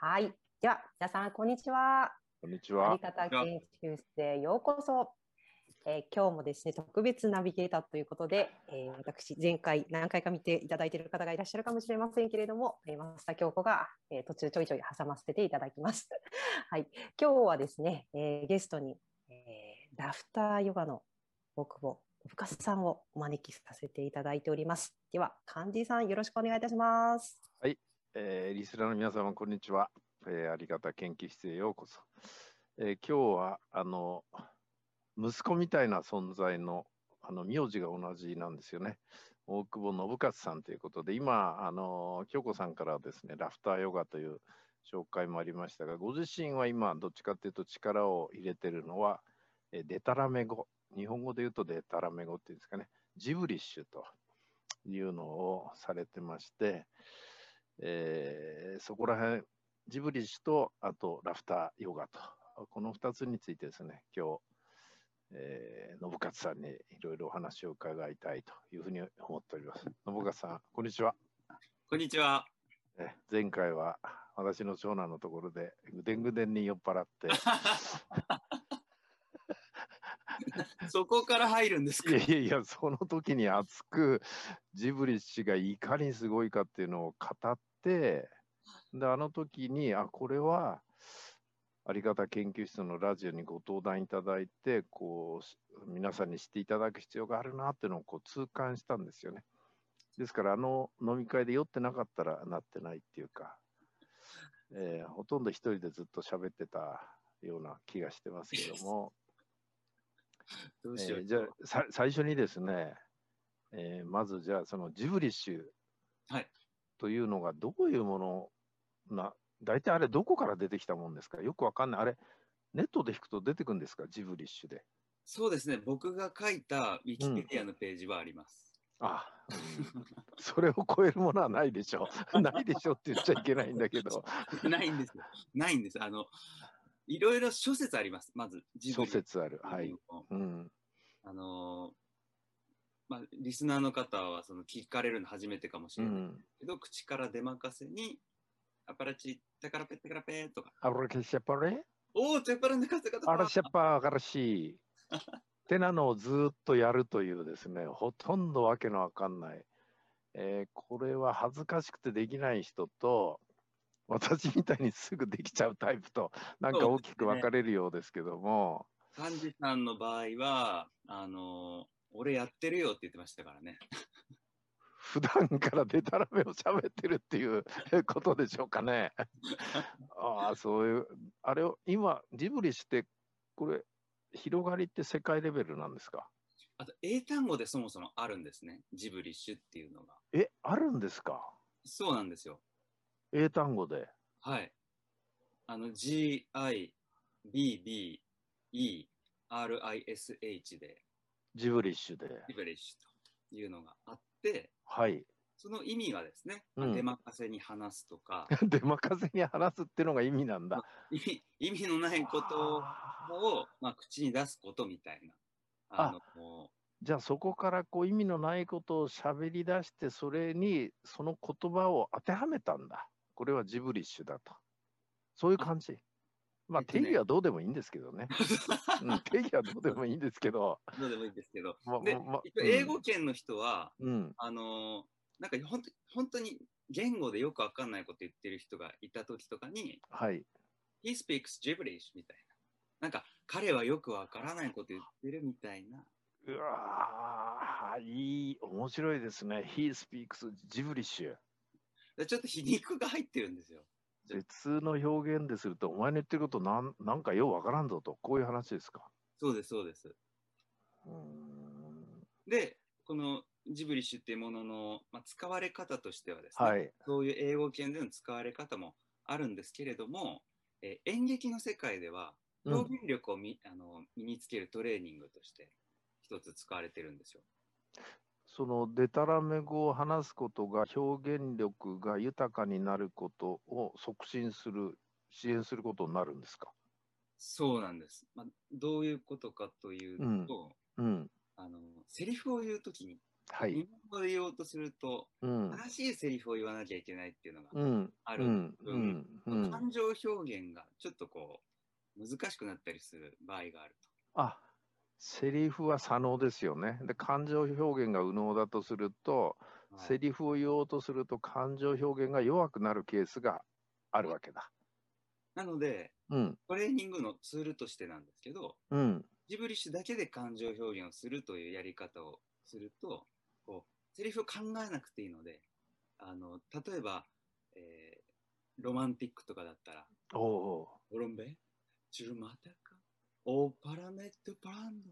はい。では、皆さん、こんにちは。こんにちあはり。方研究室へようこそ。えー今日もですね、特別ナビゲーターということで、えー私、前回何回か見ていただいている方がいらっしゃるかもしれませんけれども、えー、松田京子が、えー途中ちょいちょい挟ませていただきます。 はい。今日はですね、えーゲストに、えーラフターヨガの大久保深瀬さんをお招きさせていただいております。では、カンディさん、よろしくお願いいたします。えーリスナーの皆様、こんにちは。えーありがた研究室へようこそ。えー今日は、あの、息子みたいな存在の、あの、名字が同じなんですよね。大久保信勝さんということで、今、あの、京子さんからですね、ラフターヨガという紹介もありましたが、ご自身は今、どっちかというと力を入れてるのは、えーデタラメ語。日本語で言うとデタラメ語っていうんですかね。ジブリッシュというのをされてまして、えーそこら辺、ジブリッシュと、あとラフターヨガと、この2つについてですね、今日、えー、信勝さんにいろいろお話を伺いたいというふうに思っております。信勝さん、こんにちは。こんにちは。え前回は私の長男のところでぐでんぐでんに酔っ払って、そこから入るんです いかやいやいや、その時に熱くジブリ氏がいかにすごいかっていうのを語って、で、あの時に、あ、これは、ありがた研究室のラジオにご登壇いただいて、こうし、皆さんに知っていただく必要があるなっていうのをこう痛感したんですよね。ですから、あの飲み会で酔ってなかったらなってないっていうか、えーほとんど一人でずっと喋ってたような気がしてますけども、どうしよえう。ーじゃあさ最初にですね、えーまずじゃあそのジブリッシュはいというのがどういうものな大体あれどこから出てきたもんですかよくわかんないあれネットで引くと出てくるんですかジブリッシュでそうですね。僕が書いたウィキペディアのページはあり ます。あ、 うんそれを超えるものはないでしょうないでしょうって言っちゃいけないんだけどないんですよ。ないんです。あの、いろいろ諸説あります。まず、ジブ諸リ説あるはい、うん、あの、まあ、リスナーの方はその聞かれるの初めてかもしうれないん、けど、口から出まかせに、アパラチ、タカラペタカラペとか、アブラケシャパレおー、チャパラネカセカとアラシか、ャパーガラシーってなのをずーっとやるというですね、ほとんどわけのわかんない、えーこれは恥ずかしくてできない人と、私みたいにすぐできちゃうタイプと、なんか大きく分かれるようですけども、幹事さんの場合は、あの、俺やってるよって言ってましたからね。普段からでたらめを喋ってるっていうことでしょうかね。ああ、そういう、あれを今、ジブリして、これ、広がりって世界レベルなんですかあと英単語でそもそもあるんですね。ジブリッシュっていうのが。え、あるんですかそうなんですよ。英単語で。はい。あの、G, I, B, B, E, R, I, S, H で、ジブリッシ ュで。ジブリッシュというのがあって、はい。 その意味がですね、うん出まかせに話すとか、出任せに話すってのが意味なんだ。意味意味のないことを、まあ、口に出すことみたいな。あの、もじゃあそこからこう意味のないことを喋り出して、それにその言葉を当てはめたんだ。これはジブリッシュだと。そういう感じ。まあえっとね定義はどうでもいいんですけどね。 うん、定義はどうでもいいんですけど。うどうでもいいんですけど。まで、ま一応英語圏の人は、うん。あのーなんか本当本当に言語でよくわかんないこと言ってる人がいた時とかに、はい。 He speaks gibberish みたいな。なんか彼はよくわからないこと言ってるみたいな。うわーいい、面白いですね。He speaks ジブリッシュ。でちょっと皮肉が入ってるんですよ。別の表現ですると、お前の言ってることなんなんかようわからんぞと、こういう話ですか。そうです、そうです。うーんで、このジブリッシュっていうものの、まあ、使われ方としてはですね、はい。そういう英語圏での使われ方もあるんですけれども、えー演劇の世界ではう表ん、現力をみ、あの身につけるトレーニングとして一つ使われてるんですよ。そのデタラメ語を話すことが表現力が豊かになることを促進する、支援することになるんですか。そうなんです。まあ、どういうことかというと、うんうん。あのセリフを言うときにはい日。本語で言おうとすると、うん。正しいセリフを言わなきゃいけないっていうのがうん。あうる。ん。うん。うん。感情表現がちょっとこう、難しくなったりする場合があると。あセリフは左脳ですよね。で感情表現が右脳だとすると、はいセリフを言おうとすると感情表現が弱くなるケースがあるわけだ。なので、うんトレーニングのツールとしてなんですけど、うんジブリッシュだけで感情表現をするというやり方をすると、こうセリフを考えなくていいので、あの例えば、えーロマンティックとかだったら、おおうオロンベ、チュルマタカ、オーパラネットパランド。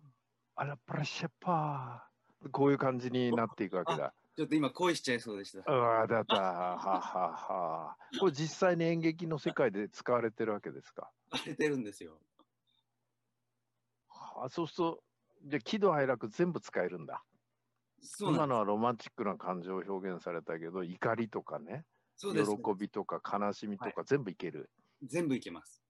あらプラシャパーこういう感じになっていくわけだ。ちょっと今恋しちゃいそうでした。うわだったはははこれ実際に演劇の世界で使われてるわけですか。荒れてるんですよ。あそうするとじゃあ喜怒哀楽全部使えるんだ。そうな今んのです。はロマンチックな感情を表現されたけど怒りとかね。そう喜です。びとか悲しみとか全部いける、全部いけます。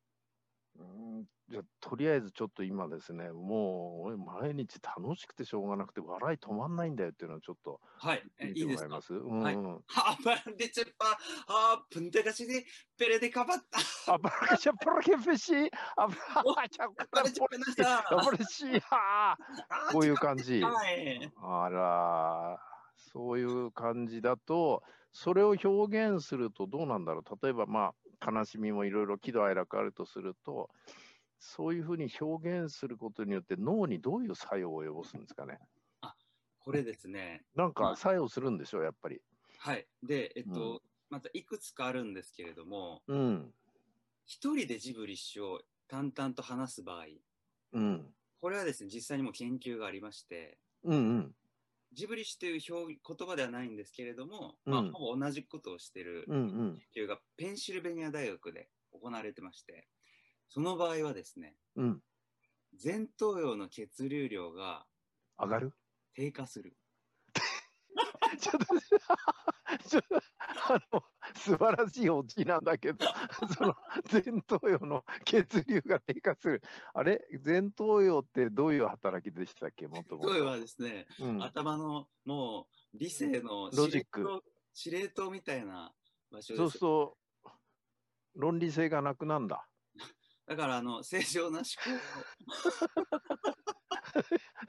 うーんじゃあとりあえずちょっと今ですねもう俺毎日楽しくてしょうがなくて笑い止まんないんだよっていうのをちょっとはい。え見いていでもらすえかま。すうんはいうんハーパラデチェッパー、ハープンテカシで、ペレデカバッタ、あばらかしゃばらけべしあばらかしゃばバらレけチェペナサー。べしはあーこういう感じはい。あらそういう感じだとそれを表現するとどうなんだろう例えばまあ悲しみもいろいろ喜怒哀楽あるとするとそういうふうに表現することによって脳にどういう作用を及ぼすんですかねこれですね。なんまかあ作用するんでしょうやっぱり。はい。で、えっうと、んまたいくつかあるんですけれども、うん一人でジブリッシュを淡々と話す場合、うんこれはですね、実際にもう研究がありまして、うんうんジブリッシュという表言葉ではないんですけれども、うんまあ、ほぼ同じことをしているうんうん研究がペンシルベニア大学で行われてまして、その場合はですね、うん前頭葉の血流量が上がる 低下する。ちょっとちょっとあの素晴らしいオチなんだけどその前頭葉の血流が低下するあれ前頭葉ってどういう働きでしたっけもっともっ例えばと、ですね、うん、頭のもう理性のロジック司令塔司令塔みたいな場所ですそうすると論理性がなくなんだだからあの正常な思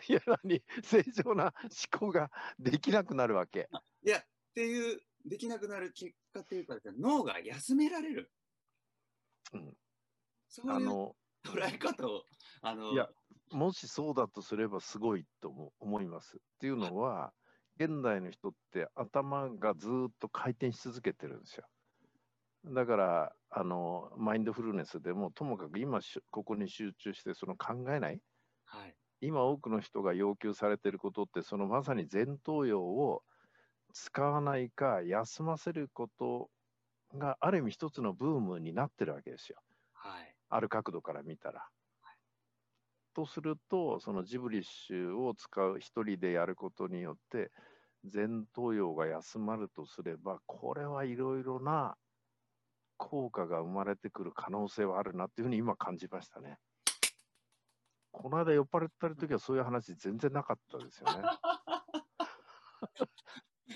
いや何正常な思考ができなくなるわけ考いやっていうできなくなる結果っていうか脳が休められる、うんそうあいうの捉え方をあのいやもしそうだとすればすごいとも思いますっていうのは現代の人って頭がずーっと回転し続けてるんですよだからあのマインドフルネスでもともかく今しここに集中してその考えないはい、今多くの人が要求されていることってそのまさに前頭葉を使わないか休ませることがある意味一つのブームになってるわけですよはい、ある角度から見たら。とするとそのジブリッシュを使う一人でやることによって前頭葉が休まるとすればこれはいろいろな効果が生まれてくる可能性はあるなっていうふうに今感じましたね。この間酔っ払ってる時はそういう話全然なかったですよ ね。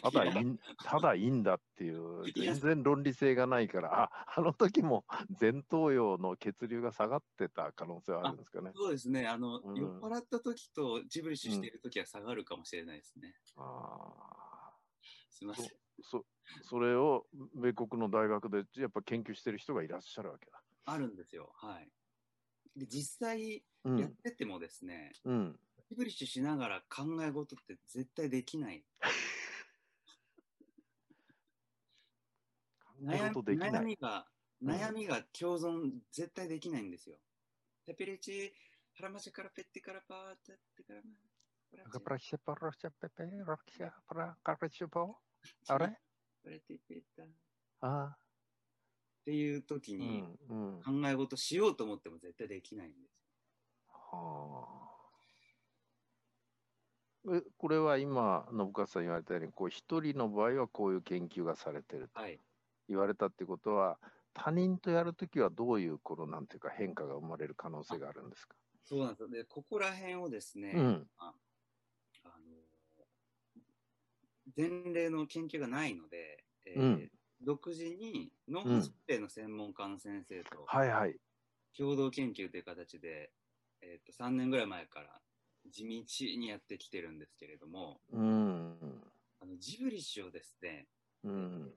ただいいんただいいんだっていういや全然論理性がないからああの時も前頭葉の血流が下がってた可能性はあるんですかね。そうですねあの、うん酔っ払った時とジブリッシュしている時は下がるかもしれないですね、ああすみませんそそれを米国の大学でやっぱ研究してる人がいらっしゃるわけだ。あるんですよはいで実際うやっん、ててもですね、うん、ジブリッシュしながら考え事って絶対できない。考え事できな悩い。みが、ん悩みが共存絶対できないんですよ。タピレチ、ハラマチャカラペッテカラパータテカラマ。ラプラシャパラシャペペラシャパラカラシャパオあれパラティペタっああ、ていう時うに、ん、うん。考え事しようと思っても絶対できないんですよ。はあえこれは今、信川さん言われたように、こう一人の場合はこういう研究がされてるとはい。言われたってことは、他人とやるときはどういうこのなんていうか変化が生まれる可能性があるんですか。そうなんですよ。で、ここら辺をですね、うん、あの前例の研究がないので、えーうん独自に脳波測定の専門家の先生とはいはい。共同研究という形で、えー、と3年ぐらい前から地道にやってきてるんですけれどもうん。あのジブリ氏をですね、うん。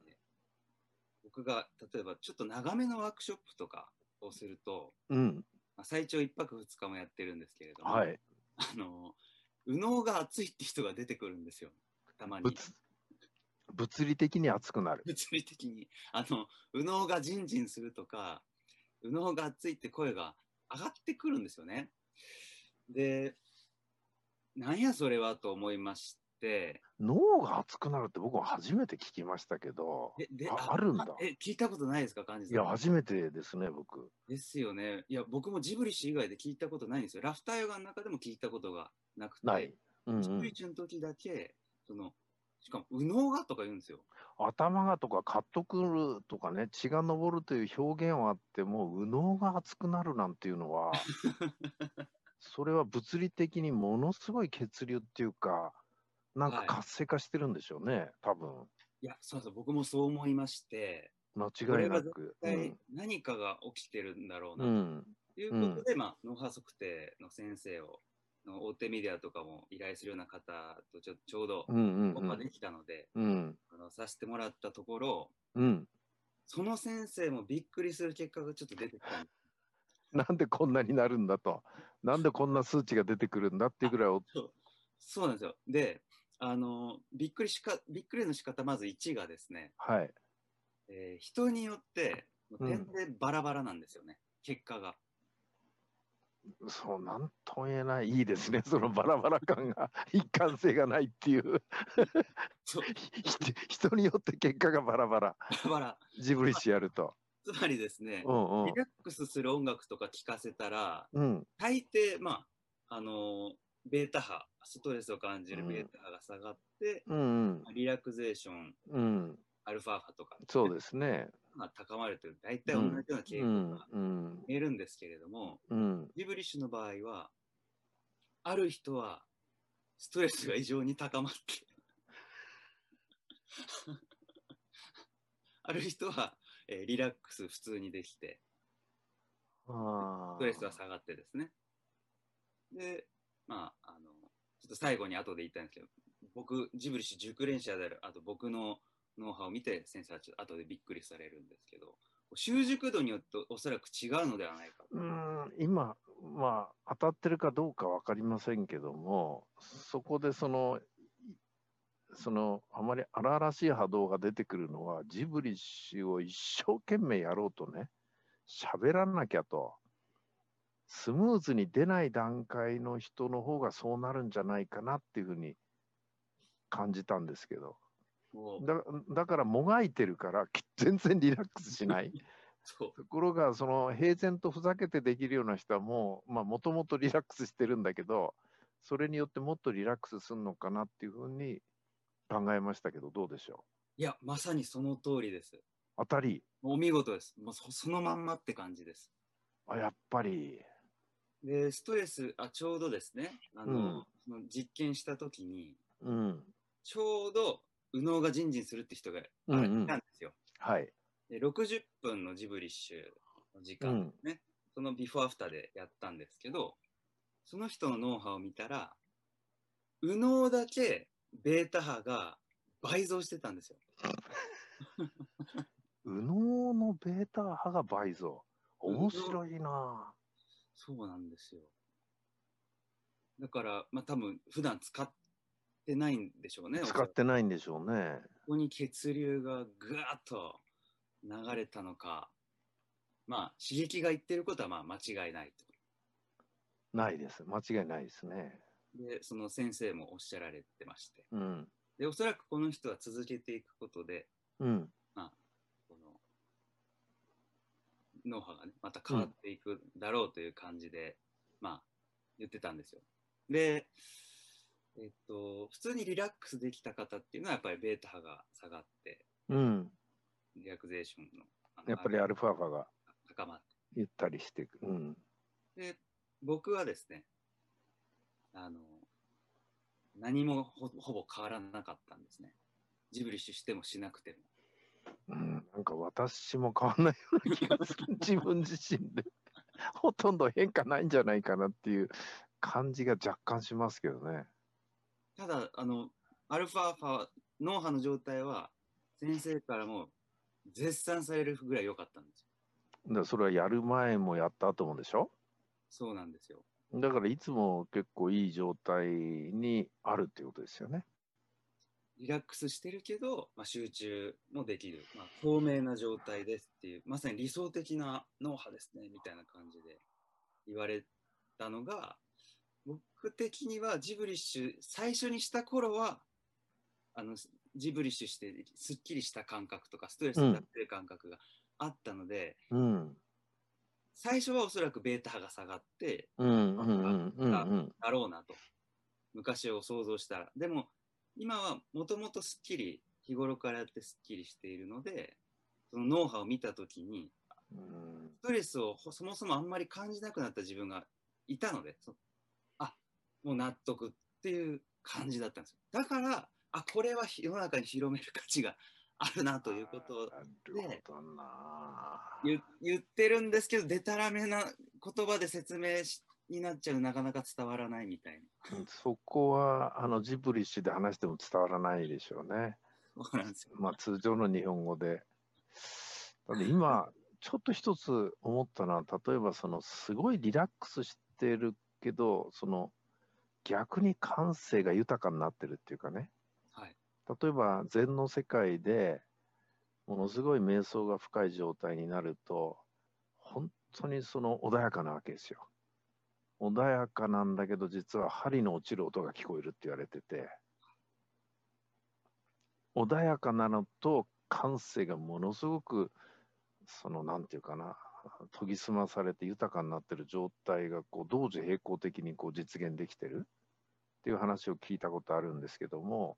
僕が例えばちょっと長めのワークショップとかをすると、うん。まあ、最長1泊2日もやってるんですけれども、はい。あの右脳が熱いって人が出てくるんですよたまに物物理的に熱くなる。物理的にあの右脳がジンジンするとか右脳が熱いって声が上がってくるんですよねでなんやそれはと思いまして脳が熱くなるって僕は初めて聞きましたけど、ででああるんだえ聞いたことないですか感じいや、初めてですね、僕。ですよねいや僕もジブリ氏以外で聞いたことないんですよラフターヨガの中でも聞いたことがなくてない。うんうジブリん、氏の時だけそのしかも右脳がとか言うんですよ頭がとか、カットくるとかね、血が昇るという表現はあっても、右脳が熱くなるなんていうの は、それは物理的にものすごい血流っていうか、なんかはい活性化してるんでしょうね、多分いやそうそう僕もそう思いまして間違いなこく。う絶対ん何かが起きてるんだろううな、んということで、まあ、脳波測定の先生を、の大手メディアとかも依頼するような方とちょちょうどうんうんオファーできたので、うんあの、させてもらったところ、うんその先生もびっくりする結果がちょっと出てきたんでなんでこんなになるんだと、なんでこんな数値が出てくるんだっていうぐらい お、すそうそうなんですよ。で、あの、びっくりしか、びっくりの仕方、まず1がですね、はい、えー人によって、うん点でバラバラなんですよね、結果が。そう、なんとも言えない、いいですね、そのバラバラ感が、一貫性がないっていう、そう、ひ 人によって結果がバラバラ、バラバラ。ジブリしてやると。つまりですね、うんうんリラックスする音楽とか聴かせたら、うん大抵、まあ、あのーベータ波、ストレスを感じるうんベータ波が下がって、うんリラクゼーション、うんうんアルファ波とか、そうですね。が高まるという、大体同じような傾う向んがうん見えるんですけれども、うんジブリッシュの場合は、ある人は、ストレスが異常に高まって、 ある人は、えーリラックス普通にできて、あストレスーが下がってですね。で、まあ、あの、ちょっと最後に後で言ったんですけど、僕、ジブリ氏熟練者である、あと僕のノウハウを見て、先生はちょっと後でびっくりされるんですけど、習熟度によっておそらく違うのではないかと。うん今、まあ、当たってるかどうか分かりませんけども、そこでその、いそのあまり荒々しい波動が出てくるのは、ジブリ氏を一生懸命やろうとね、喋らなきゃと、スムーズに出ない段階の人の方がそうなるんじゃないかなっていうふうに感じたんですけど、もう、だだからもがいてるから、 き全然リラックスしない。そう、ところが、その平然とふざけてできるような人はもう、まあ、もともとリラックスしてるんだけど、それによってもっとリラックスするのかなっていうふうに考えましたけど、どうでしょいや、まさにその通りです。う。当たり、もうお見事です。もうそそのまんまって感じです。あ、やっぱり、で、ストレス、あ、ちょうどですね、あうの、んその実験したときに、うん、ちょうど、右脳がジンジンするって人が、あうんれ、いうんたんですよ。はい、で60分のジブリッシュの時う間ん、ね、そのビフォーアフターでやったんですけど、その人の脳波を見たら、右脳だけベータ波が倍増してたんですよ。右脳のベータ波が倍増。面白いなそうなんですよ。だから、まあ多分普段使ってないんでしょうね。ぁおそ使らっくてないんでしょうね。ここに血流がぐわっと流れたのか、まあ刺激がいってることはまあ間違いないと。ないです。間違いないですね。で、その先生もおっしゃられてまして。うん、で、おそらくこの人は続けていくことで、うん、この、脳波がね、また変わっていくだろうという感じで、まあ、言ってたんですよ。で、えっと、普通にリラックスできた方っていうのは、やっぱりベータ波が下がって、うん。リラクゼーションの、あのやっぱりアルファ波が高まっゆったりしていく。うん、て。で、僕はですね、あの、何もほほぼ変わらなかったんですね。ジブリッシュしてもしなくても。うん、なんか私も変わんないような気がする 自分自身でほとんど変化ないんじゃないかなっていう感じが若干しますけどねただ、あの、アルファファ、脳波の状態は、先生からも絶賛されるぐらい良かったんですよ。だからそれはやる前もやった後もでしょそうなんですよ。だからいつも結構いい状態にあるっていうことですよねリラックスしてるけど、まあ、集中もできる、まあ、透明な状態ですっていう、まさに理想的な脳波ですね、みたいな感じで言われたのが、僕的にはジブリッシュ、最初にした頃は、あの、ジブリッシュして、すっきりした感覚とか、ストレスになってる感覚があったので、うん最初はおそらくベータ波が下がって、うんうんうんうんうんだろうなと昔を想像したらでも今はもともとすっきり日頃からやってすっきりしているのでその脳波を見た時にうんストレスをほそもそもあんまり感じなくなった自分がいたのでそあもう納得っていう感じだったんですよだからあこれは世の中に広める価値があるなということをなるほどなあ言言ってるんですけどでたらめな言葉で説明しになっちゃうなかなか伝わらないみたいな。うんそこはあのジブリッシュで話しても伝わらないでしょうね。そうなんですよまあ、通常の日本語で。だって今、ちょっと一つ思ったのは、例えばそのすごいリラックスしてるけど、その逆に感性が豊かになってるっていうかね、はい。例えば禅の世界でものすごい瞑想が深い状態になると、本当にその穏やかなわけですよ。穏やかなんだけど、実は針の落ちる音が聞こえるって言われてて。穏やかなのと感性がものすごくそのなんていうかな研ぎ澄まされて豊かになってる状態がこう同時並行的にこう実現できてるっていう話を聞いたことあるんですけども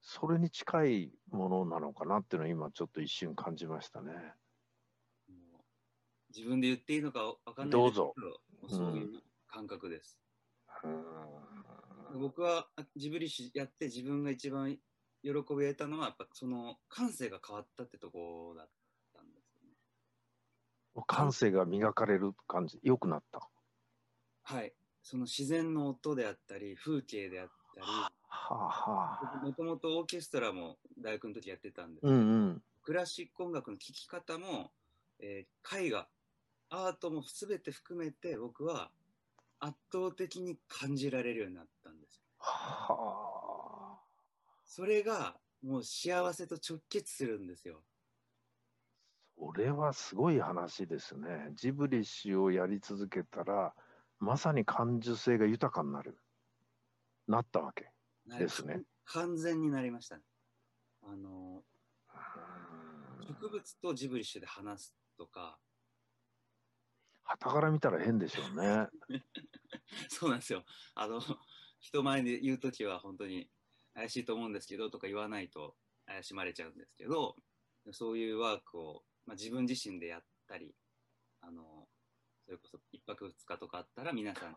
それに近いものなのかなっていうのを今ちょっと一瞬感じましたね。もう自分で言っていいのかわかんないどでうすけどぞもうそういう感覚です。僕はあジブリシやって自分が一番喜びを得たのは、やっぱその感性が変わったってとこだったんですよね。感性が磨かれる感じ良くなった。はい。その自然の音であったり、風景であったり、はあはあ。僕もともとオーケストラも大学の時やってたんですけど、うんうん。クラシック音楽の聴き方も、えー絵画、アートも全て含めて僕は圧倒的に感じられるようになったんですよ。はあ。それがもう幸せと直結するんですよ。それはすごい話ですね。ジブリ氏をやり続けたら、まさに感受性が豊かになる。なったわけ。なですね。完全になりましたね。あの、植物とジブリッシュで話すとか、はたから見たら変でしょうね。 そうなんですよ。あの、人前で言うときは本当に怪しいと思うんですけどとか言わないと怪しまれちゃうんですけど、そういうワークを、まあ、自分自身でやったり、あの、それこそ一泊二日とかあったら皆さんに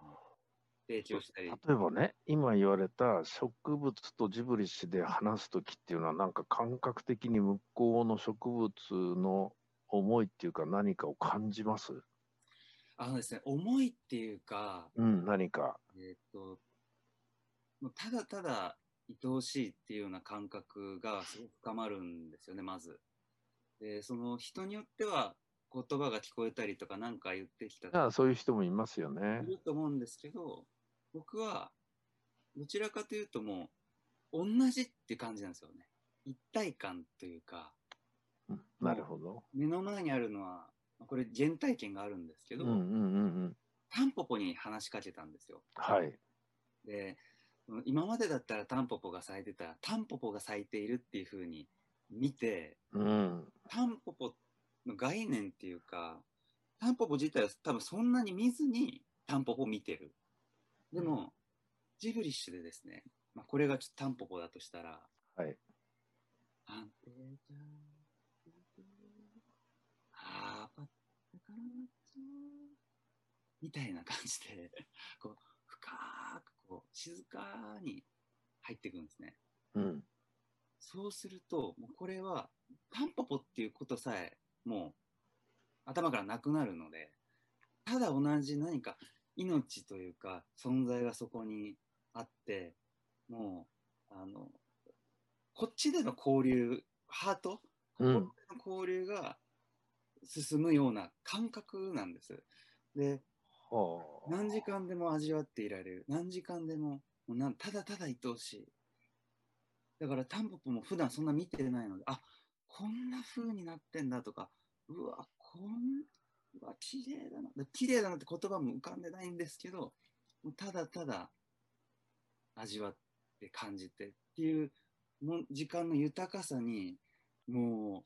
提供したり、例えばね、今言われた植物とジブリ氏で話すときっていうのは、なんか感覚的に向こうの植物の思いっていうか何かを感じます。あのですね、思いっていうか、うん、何か。えーっと、もうただただ愛おしいっていうような感覚がすごく深まるんですよね、まず。で、その人によっては言葉が聞こえたりとか何か言ってきたあとあそういう人もいますよねい。ると思うんですけど、僕はどちらかというともう同じって感じなんですよね。一体感というか、うんなるほど。目の前にあるのは、まあこれ原体験があるんですけうんど、うんうんうん。タンポポに話しかけたんですよ。はい。で、うん今までだったらタンポポが咲いてたら、タンポポが咲いているっていう風に見て、うん。タンポポの概念っていうか、タンポポ自体は多分そんなに見ずにタンポポ見てる。でも、ジブリッシュでですね、まあ、これがちょっとタンポポだとしたら、はい。あんてーちゃん、あーぱったからなっちゃーみたいな感じで、こう、深くこう、静かに入っていくんですね。うん。そうすると、もうこれは、タンポポっていうことさえ、もう、頭からなくなるので、ただ同じ何か命というか、存在がそこにあって、もう、あの、こっちでの交流、ハート、うんこっちの交流が進むような感覚なんです。で、はあ。何時間でも味わっていられる何時間でももうなんただただ愛おしいだからタンポポも普段そんな見てないのであこんな風になってんだとかうわこんうわ綺麗だなで綺麗だなって言葉も浮かんでないんですけどもうただただ味わって感じてっていうもん時間の豊かさにも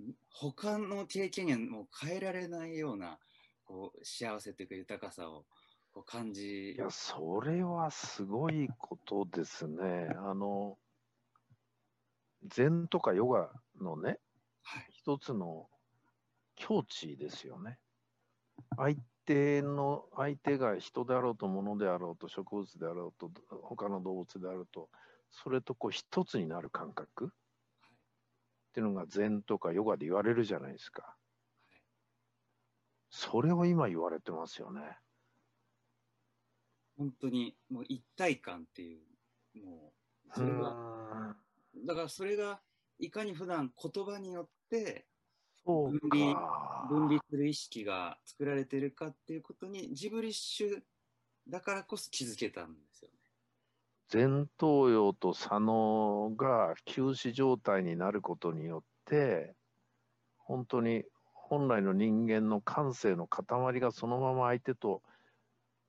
う他の経験にはもう変えられないようなこう幸せというか豊かさをこう感じいや、それはすごいことですね。 あの、禅とかヨガのね、はい一つの境地ですよね。相手の、相手が人であろうと物であろうと植物であろうと他の動物であろうと、それとこう一つになる感覚っていうのが禅とかヨガで言われるじゃないですか。それを今言われてますよね。本当にもう一体感っていうもうそれはんだからそれがいかに普段言葉によってそう分か。分離する意識が作られてるかっていうことにジブリッシュだからこそ気づけたんですよね。前頭葉と左脳が休止状態になることによって本当に本来の人間の感性の塊がそのまま相手と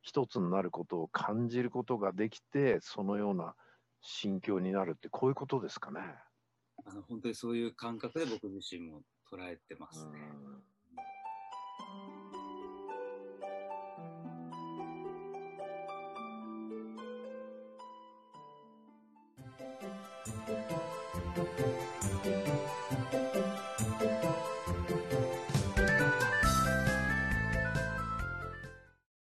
一つになることを感じることができてそのような心境になるってこういうことですかね。あの本当にそういう感覚で僕自身も捉えてますね。うん